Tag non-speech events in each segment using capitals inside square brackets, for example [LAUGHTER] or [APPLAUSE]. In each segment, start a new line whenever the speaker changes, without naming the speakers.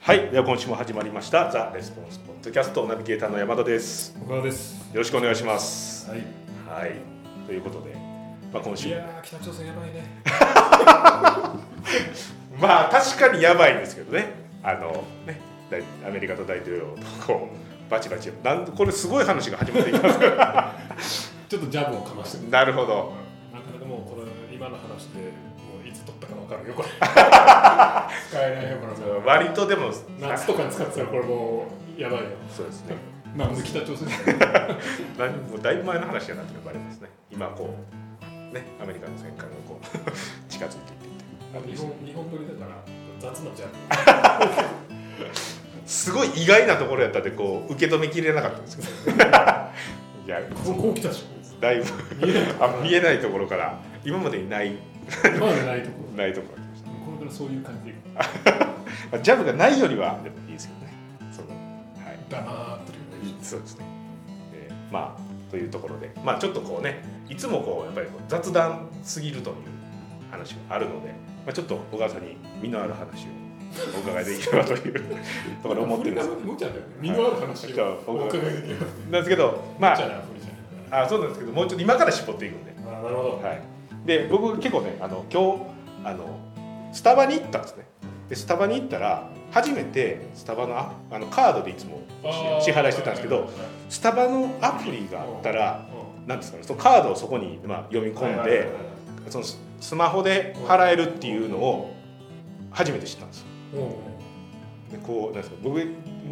はい、では今週も始まりましたザレスポンスポッドキャストナビゲーターの山田です。よ
岡田です。
ろしくお願いします。
はい。
はい、ということで、まあ今
い
週、
やー、北朝鮮やばいね。
まあ確かにやばいんですけどね。あのね、大アメリカと大統領とこうバチバチ、なんこれすごい話が始まっていき
[LAUGHS]
ます。
ちょっとジャブをかましてる。
なるほど。
なかなかもうこの今の話でもういつ撮ったかわかるよこれ。使えないよこれもう。
割とでも、 [LAUGHS]
夏とかに使ってたらこれもうやばいよ。
そうですね。
なんで北朝鮮。
だいぶだいぶ前の話だなってバレますね。今こうね、アメリカの戦艦がこう [LAUGHS] 近づいていってて。
日本日本撮りだから雑なジャブ。
すごい意外なところやったんでこう受け止めきれなかったんですけど [LAUGHS] いや
こここう来たでしょ。
だいぶ
見えない。
あ見えないところから今までにない
今までないとこ
ないところが来まし
ろ。これからそういう感じで
た、まあ、ジャブがないよりはでもいいですけどねそのはい
黙ってるよね。
そうですね、えーまあというところでまあちょっとこうねいつもこうやっぱりこう雑談すぎるという話があるので、まあ、ちょっと小川さんに身のある話をお伺いできればというところを思ってるん [LAUGHS] です
無茶だよね。身のある話
じゃあ
を
僕
お
が
伺いできる。
なんですけどま
無茶
あ
な無茶な。
あそうなんですけどもうちょっと今から絞っていくんで
あー、なるほど。
はい、で僕結構ねあの今日あのスタバに行ったんですねでスタバに行ったら初めてスタバのアあのカードでいつも
あー
支払いしてたんですけど
はいはいはい
スタバのアプリがあったら
うん
なんですかねそのカードをそこに、まあ、読み込ん
はいはいはい
で
はい
そのススマホで払えるっていうのを初めて知ったんですよ
うん
でこうなんですか僕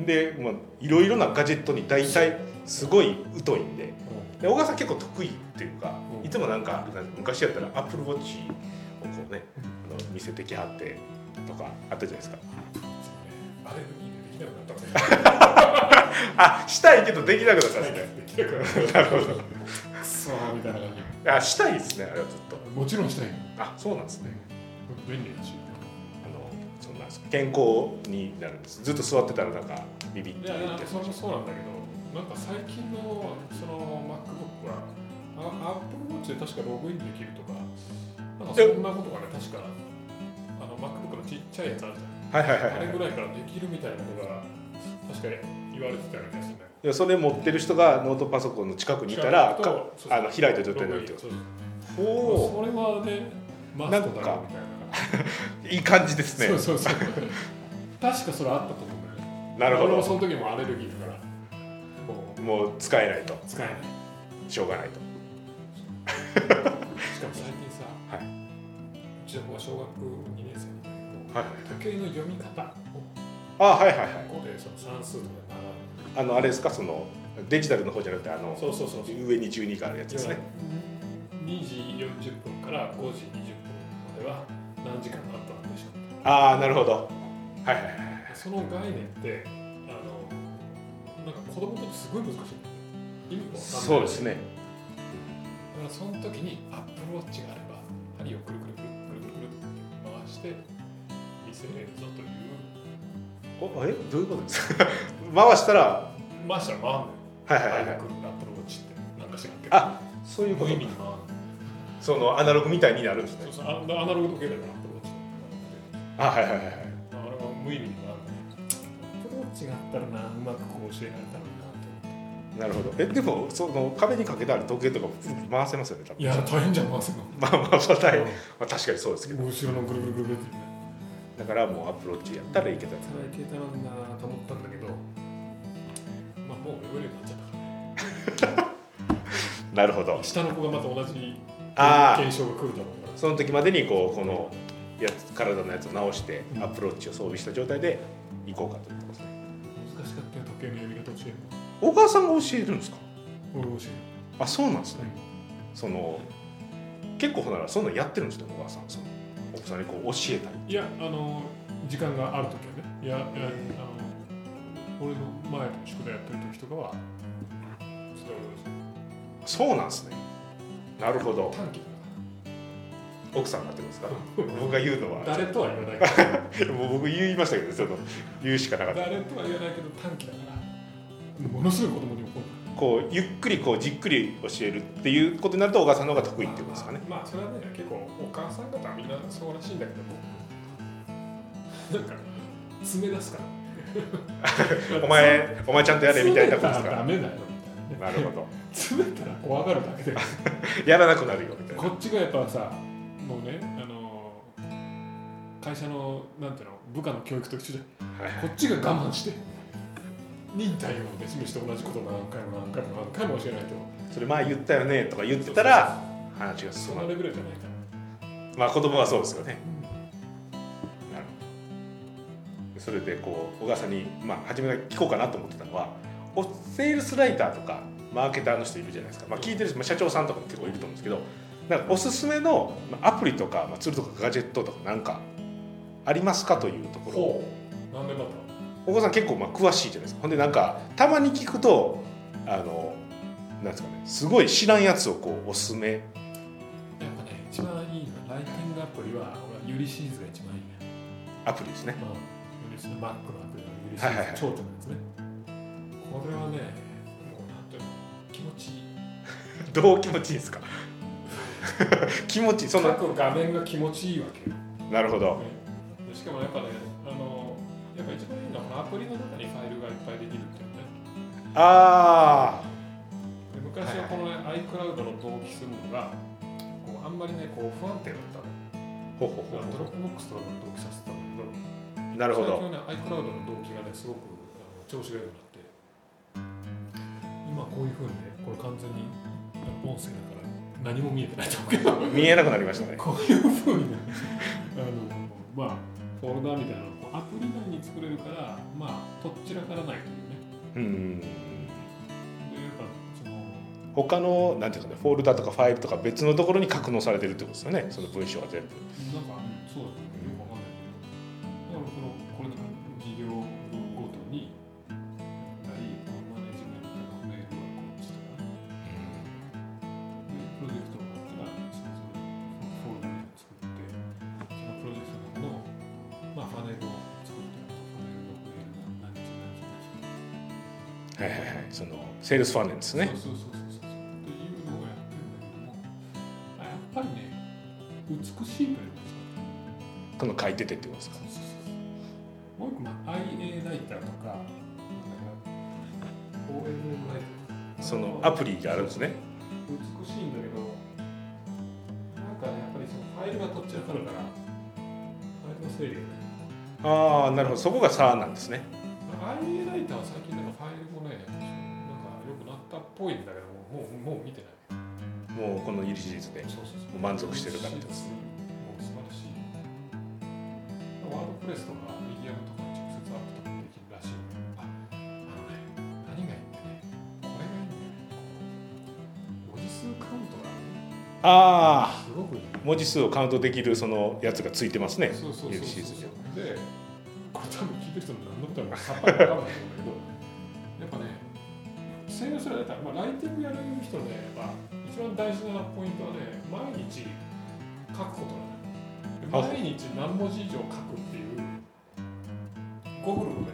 でまあいろいろなガジェットに大体すごい疎いんでで小川さん結構得意っていうか、
うん
いつもなんか昔やったらアップルウォッチをこうねあの見せてきはってとかあったじゃないですか
あれできなくなっ
あ
た
したいけどできなくなったんですね
ね。できなくなっ
なるほど
た。くそみたいな感じ。
あしたいですねあれはずっと
もちろんしたい。
あそうなんですね
便利だし。
あのそんなんです健康になるんですずっと座ってたらなんかビビっ
い
て
や
言
な
っ
ん
て
かそれもそうなんだけど、なんか最近のその MacBook はあ Apple Watch で確かログインできるとか、なんかそんなことがね確かあの MacBook のちっちゃいやつあるじゃん。
はいはいはい
あ
はい
れぐらいからできるみたいなことが確か言われてたような気がするね。
いやそれ持ってる人がノートパソコンの近くにいたら
近く
か
だとそうそう
あの開いた状態になるってこ
そうそう
とおお
それはね、マストだろうみたいな。
ーいい感じですね
そうそうそう。確かそれあったと思うんだよね。
なるほ
俺もそ
ど
の時もアレルギーだから、こ
もう使えないと
う使えない。
しょうがないと
しかも最近さ、
はいう
ちの子が小学2年生なんだ
はい
けど、時計の読み方を
あはいはいはい
ここでその算数とかで
あのあれですかそのデジタルの方じゃなくてあの
習う。そうそうそう。
上に12があるやつですね
2時40分から5時20分までは何時間あったんでしょう
ああなるほどはいはいはいはい
その概念ってあのなんか子供にとってすごい難しい意味がわかんない
そうですね
だからその時にアップルウォッチがあれば針をくるくるくるくるくるくるって回して見せれるぞという
おえどういうことですか [LAUGHS] 回したらは
回したら回んのよ
いはいはい
針
は
が
い
くるアップルウォッチってなんか知らんけど
あそういうこ
無
と
意味に回る
そのアナログみたいになるんです
そ
ね
うそうあのアナログ時計だからアップルウォッチ
あはいはいはいはい
あれは無意味に回るアップルウォッチがあったらなうまくこう教えられたらなと思って
なるほどえでもその壁にかけてある時計とかも回せますよね多分
いや大変じゃん回すの
[LAUGHS] まあまあまあ大変まあ確かにそうですけど
後ろのぐるぐるぐるぐるって
だからもうアプローチやったらいけたんです
働いてたのになと思ったんだけどまあもうレベルになっちゃったから
なるほど
下の子がまた同じ
ああ
現象が来ると思うから
その時までにこうこのやつ体のやつを直してアップローチを装備した状態で行こうかということですね
難しかったよ時計のやり方教える
小川さんが教えるんですか
の俺教
あそうなんです
える
ねその結構ほんならそんなんやってるんですね小川さんその奥さんにこう教えたり
いやあの時間がある時はねいやいや
へえ
あの俺の前の宿題やってる時とかはそれは
そうなんですねなるほど
短期
奥さんになってるんですか僕が言うの
だ
は
から誰とは言わないけ
もう僕言いましたけどその言うしかなかっ
ど
た
誰とは言わないけど短期だからものすごい子供に怒る
こうゆっくりこうじっくり教えるっていうことになると小川さんの方が得意っていうことですかね
まあ、まあそれはね結構お母さん方はみんなそうらしいんだけど僕なんか詰め出すか
[LAUGHS]
ら [LAUGHS]
お前お前ちゃんとやれみたいなことです
詰めたらダ
か
メだよ
なるほど
詰めたら怖がるだけで
やらなくなるよみたい
こ
な
っちがやっぱさもうねあの会社のなんていうの部下の教育と一緒じ
はい
ゃんこっちが我慢して忍耐をね示して同じことを何回も何回も何回も教えないと
それ前言ったよねとか言ってたら話が
そ
進ま
の
ない
レベルじゃないから
まあ子供はそうですよねなるほどそれでこう小川さんに、まあ、初めから聞こうかなと思ってたのはおセールスライターとかマーケターの人いるじゃないですか、まあ、聞いてる人、まあ、社長さんとかも結構いると思うんですけどなんかおすすめのまあアプリとか、まあ、ツールとかガジェットとかなんかありますかというところ
ほうなんでまた
お子さん結構まあ詳しいじゃないですかほんでなんかたまに聞くとあのなんですかねすごい知らんやつをこうおすすめ
やっぱね一番いいのはライティングアプリは俺はユリシーズが一番いいね
アプリですね [LAUGHS]
うん、ユリシーズマックのアプリのユリシーズ、
はいはいはい
蝶々のやつねこれはねもうなんていうの気持ちいい
どう気持ちいいですか [LAUGHS] 気持ちいいその
各画面が気持ちいいわけよ
なるほど
ねしかもやっぱねあのやっぱ一番いいのはアプリの中にファイルがいっぱいできるっていうね
あ
で昔はこの、ね iCloud の同期するのがこうあんまりねこう不安定だったの
あほほほ
ドロップボックスとかの同期させてたんだけど
なるほど
最近はね iCloud の同期がねすごくあの調子が良くなって今こういうふうにねこれ完全に音声だから何も見えてないと思うけど
見えなくなりましたね
こういうふ [LAUGHS] うにねあのまあフォルダみたいなのをこうアプリ内に作れるからまあとっちらからないというね
うん
でやっぱその
他のなんていうかねフォルダとかファイルとか別のところに格納されてるってことですよねその文章が全部
なんかそうだとよくわかんないけどだからそのこれだから事業ごとに一体このマネジメントのメールはこっちとかでプロジェクトがあったらそれぞれそのフォルダを作ってそのプロジェクトのまあパネルを作ってファネルのメールが何日何日何日
はいはいはいそのセールスファンネルですね
そうそうそうそうそう。っていうのをやってるんだけども、あやっぱりね、美しいというか
この書いててってことですか
そうそうそうもう一個、まあ、IA ライターとか、なんだか OMM ライター
そのアプリがあるんですね。
美しいんだけど、なんかね、やっぱりそのファイルがとっちらかるから、ファイルの整理がね。
ああなるほどそこが差なんですね
IA ライターは最近なんかファイルもね、なんか良くなったっぽいんだけども、もうもう見てない。
もうこのユリシリーズで
そうそうそう
もう満足してるからってことです
もう素晴らしいワードプレスとかミディアムとかに直接アップとかできるらしいああのね何がいいってねこれがいいんだよねこう文字数カウントがね
ああ
すごくいい
文字数をカウントできるそのやつがついてますね
そうそうそうそう
ユリシーズじゃ
でこれ多分聞いてる人も何だったのかさっぱり分かんないと思うんだけどやっぱねセールスライター、まあ、ライティングやる人で、まあ、一番大事なポイントはね毎日書くことなのよで毎日何文字以上書くっていうゴールをね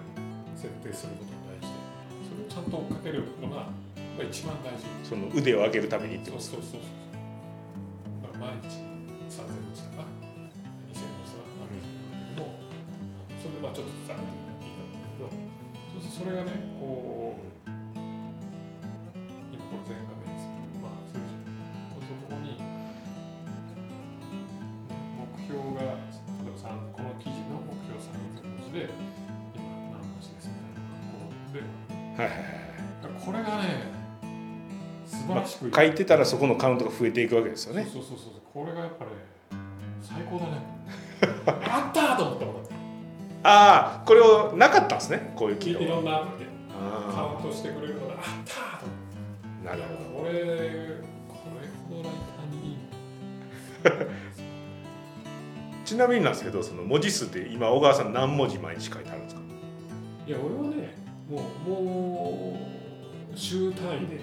設定することに対してそれをちゃんと書けるのがやっぱ一番大事
その腕を上げるためにって
そ
こ
う
とです
そうそうそう。だから毎日三千文字とか二千文字とかあるんだけども、それでまあちょっとずつあるっていうのがいいんだけど、そうするとそれがねこう今この全画面ですけど、まあ数字、そこに目標が例えば三この記事の目標三千文字で今何文字ですみたいなこうで、
はいはいはい
これがね素晴らしくいい
書いてたらそこのカウントが増えていくわけですよね
そうそうそうそうこれがやっぱね最高だねあったーと思ったもん
ああこれをなかったんですねこういう
聞い
企
てい
業は
ろんなアプリでカ
あ
ウントしてくれるのがあったーと思っ
あなる
た
ほ
これこれほどライターにいい
どちなみになんですけどその文字数って今小川さん何文字毎日書いてあるんですか
いや俺はねもうもう週単位で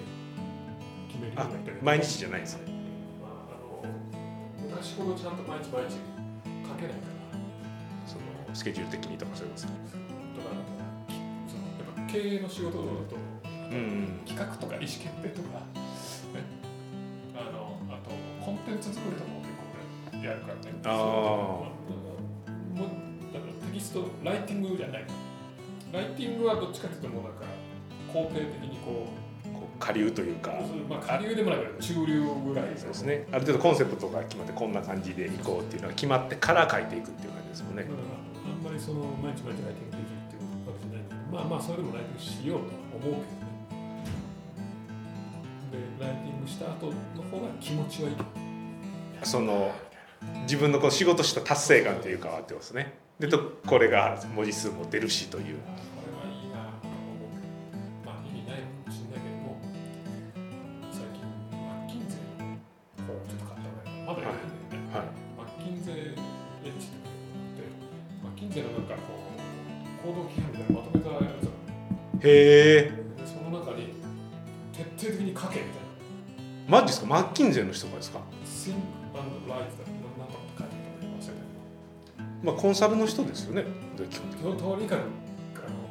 決めるよう
あ
になったけど
毎日じゃないんですね
まああの昔ほどちゃんと毎日毎日書けないから
そのスケジュール的にとかそういうことですか
とかなんかそのやっぱ経営の仕事とかだと
うん
企画とか意思決定とか、ね、あのあとコンテンツ作りとかも結構ねやるからね
あー
そういうのももうだからテキストライティングじゃないライティングはどっちかというともうなんか肯定的にこう
こう下流というか
まあ下流でもないけど中流ぐらい
そうですねある程度コンセプトが決まってこんな感じでいこうっていうのが決まってから書いていくっていう感じですもん
だ
ね
か。らあんまりその毎日毎日ライティングできるっていうわけじゃないんだけどまあまあそれでもライティングしようとは思うけどねでライティングした後の方が気持ちはいい
その自分のこう仕事した達成感というかはあってますね。でとこれが文字数も出るしという
これはいいなと思うけどまあ意味ないかもしれないけども最近マッキンゼーの本をちょっと買ったんだけどまだ読んで
は
ない
い
マッキンゼーエッジってマッキンゼーのなんかこう行動規範みたいなのまとめたやつが
へえ
でその中に徹底的に書けみたい
マ
な
ジですかマッキンゼーの人がですか、
「Think and Life」だなんか書いてあったの忘れた
まあ、コンサルの人ですよね基本的
け
に
どとにかくあの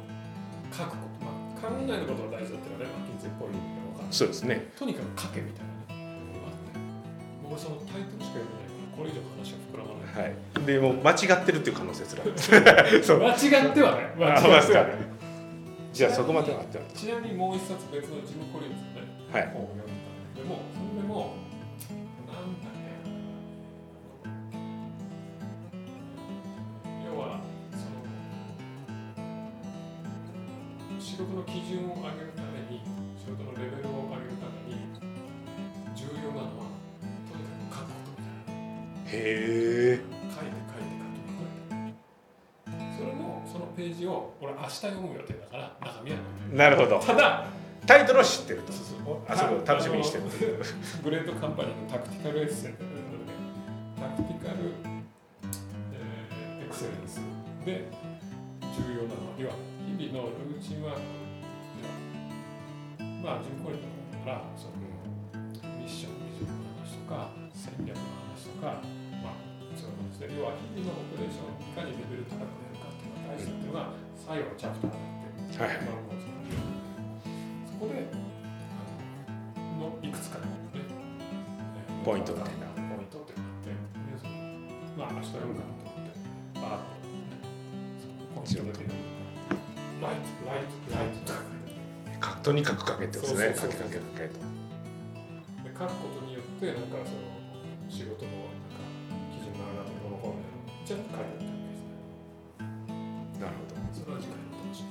書くこと、まあ、考えることが大事だっていうのはねマッキンゼーっぽいのが分かる
そうですね
とにかく書けみたいなのがあって僕はそのタイトルしか読めないからこれ以上話は膨らまない
はいでもう間違ってるっていう可能性すらあるそう
間違ってはな
あ
い間
そうで
違っ
す
て
か
はない
じゃあそこまでは合ってます
ちなみにもう一冊別のジム・コリンズのね
はい
本を読んでたんだけどもそれでもなんだっけ要はその仕事の基準を上げるために仕事のレベルを上げるために重要なのはとにかく書くことみたいな。
へえ
書いて書いて書いて書いてそれのそのページを俺明日読む予定だから中身は
なるほど
ただ
タイトルを知ってると
そうそう
あそこ楽しみにしてる
あのグレートカンパニーのタクティカルエッセンタクティカル、えーエクセレンスで重要なのは要は日々のルーチンワークではまあ自分これだからそのミッションビジョンの話とか戦略の話とかまあそういう話で要は日々のオペレーションをいかにレベル高くやるかっていうのが大事だっていうのが最後のチャプターになって
はい
なるほどそこであののいくつかの、ね、えー
ポイントみたいな
ポイントっていうのがあってでそのまあ明日読むかなと思ってバーッと
強
だ
く
けライトライトライトとか
かとにかくかけてますね
そ
か
う
けか
そうそう
けかけと
で書くことによってなんかその仕事のなんか基準が上がってこの本でちゃんと書いてあったわ
なるほど
けですねそれは次回の楽しみ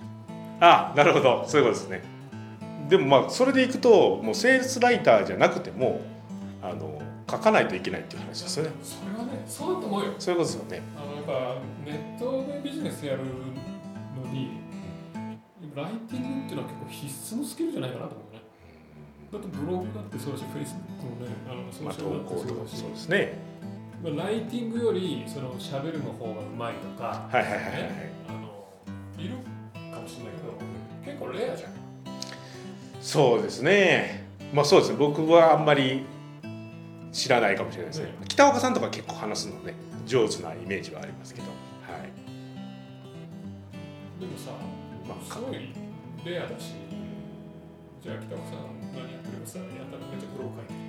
あなるほどそういうことですねでもまあそれでいくともうセールスライターじゃなくてもあの書かないといけないっていう話ですよね
それはねそうだと思うよ
そういうことですよね
あのやっぱネットでビジネスやるのにライティングっていうのは結構必須のスキルじゃないかなと思うねだってブログだってそうだしフェイスブックのねあのソ
まあ
ーシ
投
ャルだって
稿と
そ
か
う
も
だし
そうですね
まあライティングよりその喋るの方がうまいとか、
はいはいはいはい
ね、あのいるかもしれないけど結構レアじゃん
そうですねまあそうですね僕はあんまり知らないかもしれないですね北岡さんとか結構話すのね上手なイメージはありますけどはい
でもさ、
まあ
すごいレアだしじゃあ北岡さん何やってるかさやったらめっちゃブログ書いてる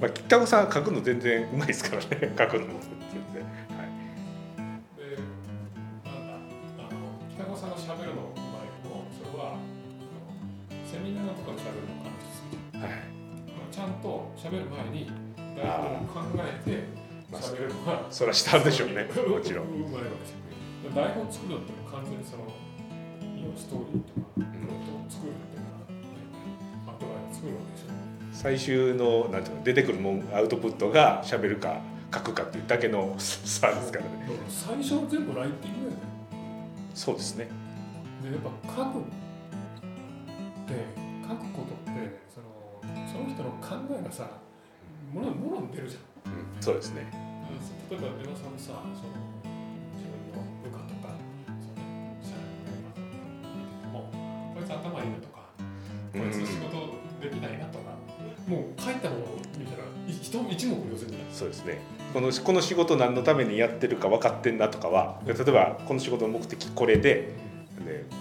まあ、北岡さん書くの全然うまいですからね [LAUGHS] 書くのも全然はい
でなんだあの北川さんが喋るのうまいのもそれはあのセミナーとかで喋るのか
は
な
い
ちゃんと喋る前に台本を考えて
まあ
喋るのは
そらしたんでしょうねもちろん
うまいわけですよ台本作るのって完全にその要はストーリーとかプロットを作るっていうのはねアウトラインを作るわけでしょ
最終のなんていうの出てくるもんアウトプットがしゃべるか書くかっていうだけの差ですからね
だから最初は全部ライティングだよね
そうですね
でやっぱ書くって書くことってそのその人の考えがさもろもろに出るじゃん
うんそうですね
例えば皆さんもさその自分の部下とかその社員のメンバー見ててもこいつ頭いいなとかこいつ仕事できないなとかもう書いたものを見たらい一一目瞭然じゃない
そうですねこのこの仕事何のためにやってるか分かってんなとかは例えばこの仕事の目的これで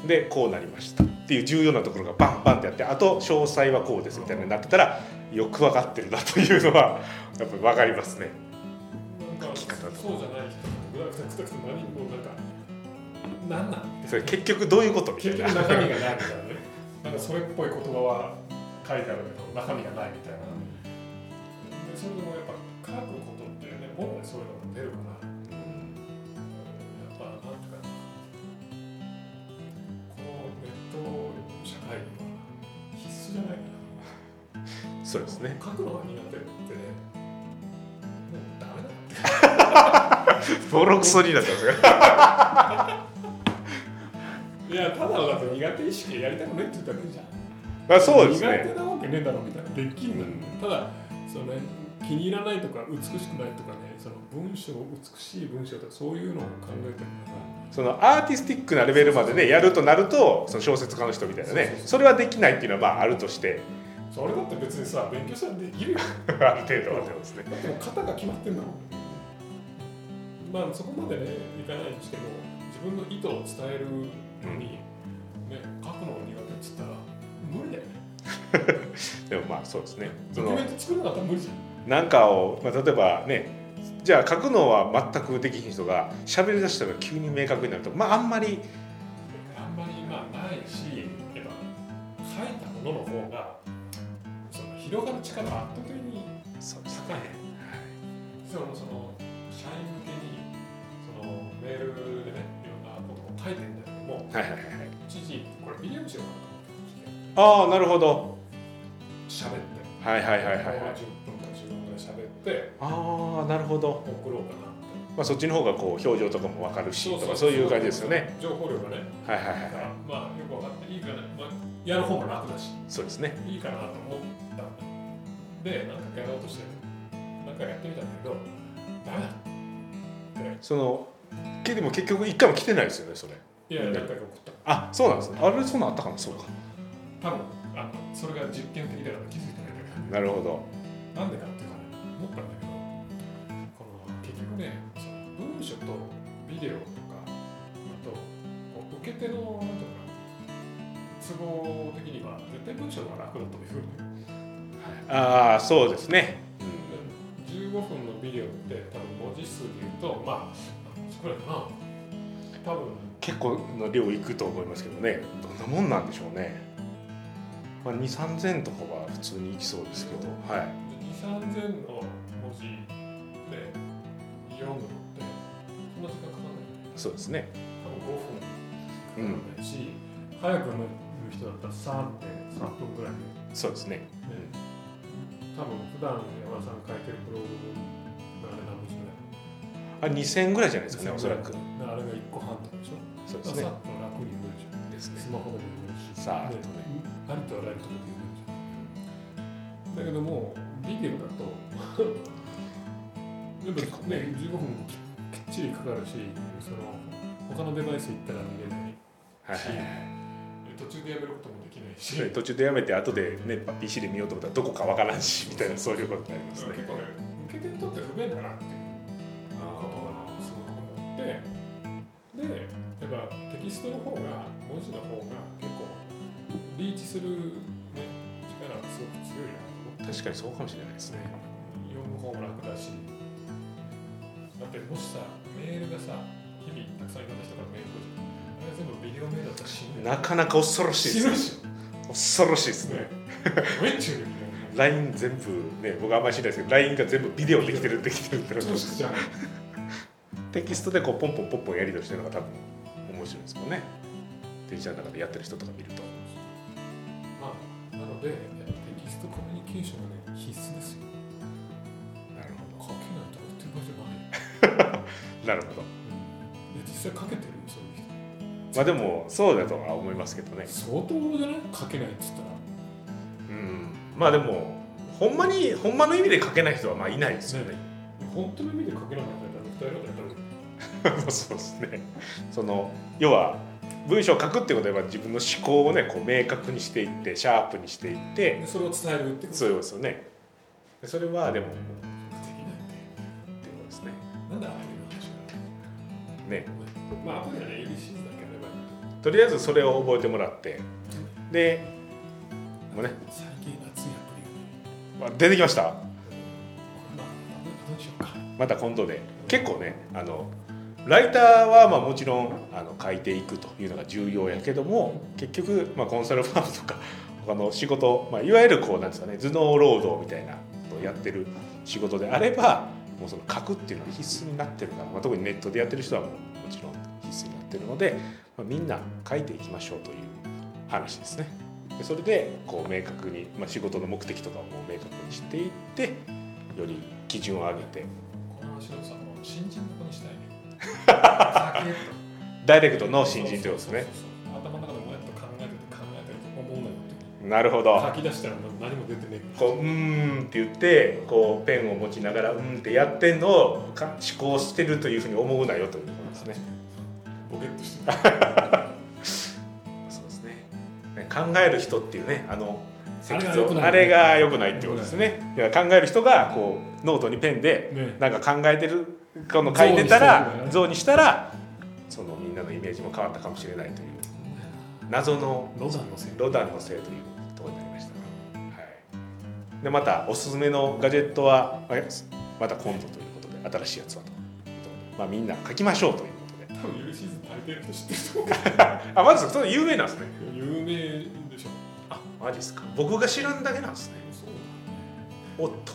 ででこうなりましたっていう重要なところがバンバンってやってあと詳細はこうですみたいになってたらよく分かってるなというのはやっぱり分かりますね
なんか
書き方とか
そうじゃない人とかぐだぐだぐだぐだ何もなんか何なん
それ結局どういうことみた
結
い
局
な
中身がないみたいなね [LAUGHS] なんかそれっぽい言葉は書いてあるけど中身がないみたいなでそれでもやっぱ書くことってね本でそういうのが出るからやっぱなんていうかなこのネット社会は必須じゃないかな
そうですね
書くのが苦手ってねもうダメだ
ボロクソになってますが
[LAUGHS] いやただのだと苦手意識やりたくないって言っただけじゃん
まあそうです
苦
ね
手なわけねえだろみたいなできんのよただその、ね、気に入らないとか美しくないとかねその文章美しい文章とかそういうのを考えてるか
そのアーティスティックなレベルまでねやるとなるとその小説家の人みたいな
そう
ね
そうそう
それはできないっていうのはまああるとして [LAUGHS]
らそれだって別にさ勉強したらできるよ
ある程度はそうですね
だってもう型が決まってんだもんまあそこまでねいかないにしても自分の意図を伝えるのに、ね、書くのが苦手っつったら無理だよね
でもまあそうですねそ
ドキュ
の
メント作るんだったら無理じゃん
なんかを、まあ、例えばねじゃあ書くのは全くできひん人が喋り出したら急に明確になるとまああんまり
あんまりまあないしやっぱ書いたものの方がその広がる力は圧倒的に
そうです
高いそれもその社員向けにそのメールでねいろんなことを書いてんだけども
はいはいはいはい
一時これビデオにしようかなと
ああ
思って
なるほど
喋って
はいはいはいはいはい
10分か15分ぐらい喋って
ああなるほど、
送ろうかなって
まあ、そっちの方がこう表情とかも分かるしとかそういう感じですよね
情報量がね
はいはいは
だ
い
か
はい
らまあよく分かっていいかな、まあ、やる方も楽だし
そうですね
いいかなと思ったんだでなんかやろうとしてなんかやってみたんだけどダメだ
そのけでも結局一回も来てないですよねそれ
いや何回か送った
あそうなんですねあれそうなんあったかなそうか
多分あのそれが実験的だから気づいてないん
な
だ
るほど
けどなんでかっていうかね思ったんだけどこの結局ねその文書とビデオとかあとこう受け手のなんていうのかな都合的には絶対文書の方が楽だと思う
ああそうですね、うん
15分のビデオって多分文字数で言うとまあ少ないかな多分
結構の量いくと思いますけどねどんなもんなんでしょうね、まあ、2 3 0 0 0とかは普通にいきそうですけどはい
23000の文字で読むのってそんな時間かかんないよね
そうですね
多分5分かかんないし、早く読む人だったら3.3分ぐらいで、
そうですね
ね多分普段山田さん書いてるブログのあれ何文字ぐ
あ
らい
2000ぐらいじゃないですかねおそらく
だからあれが1個半とかでし
そ
ょ
う
だからさっと楽に読めるじゃん
ですね
スマホでも読めるし
さあ
で
とね
ありとあらゆるところで読めるじゃんだけどもうビデオだと [LAUGHS] やっぱ
結構ね
ね15分ききっちりかかるしその他のデバイス行ったら見れない
はいはいはい
途中でやめることもできないし
で途中でやめて後でね PC で見ようと思ったらどこかわからんしみたいなそういうことになります
結
ね。
構ね受け手にとって不便だなっていうことがすごく思ってでやっぱテキストの方が文字の方が結構リーチする、ね、力がすごく強いなと思って。
確かにそうかもしれないですね。
読む方も楽だしだってもしさメールがさ日々たくさんいろんな人からメール来るじゃんあれ全部ビデオメールだったら死ぬ
なかなか恐ろしい
死
です
ぬ
ね。
し
恐ろしいですね。
めっちゃいるよ
LINE 全部ね僕はあんまり知らないですけど LINE が全部ビデオできてるできてるって
調子じゃん
テキストでこうポンポンポンポンやり取りしてるのが多分面白いですもんね。電車の中でやってる人とか見ると。
まあなのでやっぱテキストコミュニケーションがね必須ですよ
なるほ
書けないとかっていう場所ない
ど。なるほど。
いや実際書けてるよそういう人
まあでもそうだとは思いますけどね。
相当じゃない書けないっつったら
うん。まあでもほんまにほんまの意味で書けない人はまあいないですよね。
本当の意味で書けなかったら訴えられたらやっ
まあ [LAUGHS] そうですねその要は文章を書くってことは自分の思考をねこう明確にしていってシャープにしていったて
りそれを伝えるってこと
そういうことですよねでそれはでもって
できないん
ことですね
でなんでああいう話が
ね
まあ、後でね、エビシーズだけあればいい。
とりあえずそれを覚えてもらってでもうね
最近熱いアプリがね、
あ出てきました
まあ、どうしようか。
また今度で結構ねあのライターはまあもちろんあの書いていくというのが重要やけども結局まあコンサルファームとか他の仕事、まあ、いわゆるこうなんですかね頭脳労働みたいなことをやってる仕事であればもうその書くっていうのは必須になってるから、まあ、特にネットでやってる人はもうもちろん必須になってるので、まあ、みんな書いていきましょうという話ですね。でそれでこう明確に、まあ、仕事の目的とかをもう明確にしていってより基準を上げて
この話のさもう新人の子にしたいね
ダイレクトの新人ということですね。
そうそうそう頭の中でもやっと考えてて考えてると思うのよ
なるほど
書き出したらもう何も出てねえ
こう「うーん」って言ってこうペンを持ちながら「うーん」ってやってんのをか思考してるというふうに思うなよということですね。
ボケっとしてる
そうですね考える人っていうねあの
あれが
石像
良くない
あれが良くないってことですね。いや考える人がこうノートにペンで
ね
なんか考えてるこの書いてたら
像
像にしたらそのみんなのイメージも変わったかもしれないという謎の
ロザンのせい
ロダンのせいというところになりましたが、はい、でまたおすすめのガジェットはあまた今度ということで新しいやつはということで、まあ、みんな書きましょうということで
多分ユリシーズ大抵の人知ってると思
あまずそれ有名なんですね
う有名でしょ
あマジですか僕が知らんだけなんですね
そう
おっと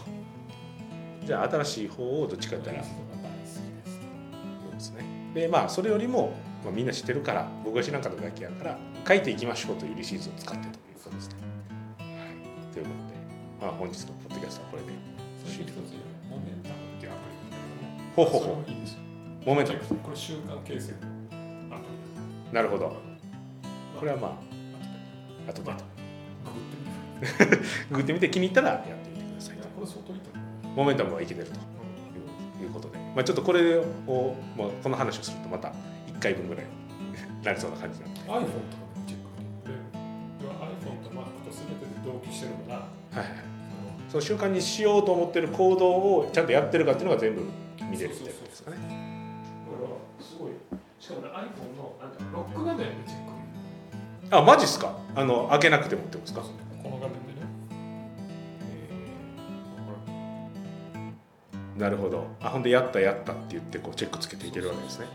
じゃあ新しい方をどっちかやったら
ユリ
い
シーズが大好きです
いですねでまあそれよりも、まあ、みんな知ってるから僕が知らんかっただけやから書いていきましょうというリシーズを使ってということですね、はい、ということで、まあ、本日のポッドキャストはこれで
最近一つモメンタムっていうアプ
ほ
リ
うほうほ
ういいんですよ
うモメント
これ習慣形成のアプ
なるほど
リ
これはまあ後で
まあググってみる
ググってみて気に入ったらやってみてください
いや
と
これ相当いいと思う
モメンタムはいけてるということで、まあ、ちょっとこれを、まあ、この話をするとまた1回分ぐらい [LAUGHS] なりそうな感じなので、
iPhone とかでもチェックできるで要は iPhone と Mac と全てで同期してるから
はいはい、
あの
その習慣にしようと思ってる行動をちゃんとやってるかっていうのが全部見れるみたいなことですかね
だからすごいしかもね iPhone のなんかロック画面でチェックできる
あマジっすかあの開けなくてもってことですか
この画面でねこ
なるほどあほんでやったやったって言ってこうチェックつけていけるわけですね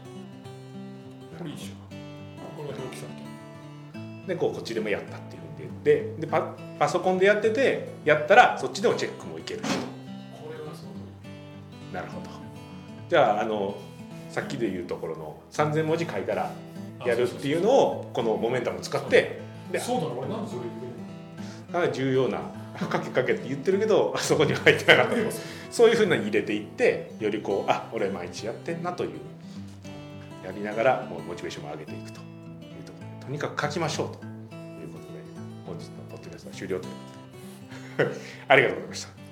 れこれいいでしょこれは同期されてる
でこうこっちでもやったっていうふうに言ってでパパソコンでやっててやったらそっちでもチェックもいけるし
これは相当いい
なるほどじゃああのさっきで言うところの3,000文字書いたら
あ
やるっていうのをこのモメンタムを使ってで
そうだな俺なんでそれ言う
かなり重要な [LAUGHS] かけかけって言ってるけどあ [LAUGHS] そこには入ってなかったけどそういうふうなのに入れていってよりこうあ俺毎日やってんなというやりながらもうモチベーションも上げていくというところでとにかく書きましょうということで本日のポッドキャストは終了ということで [LAUGHS] ありがとうございました。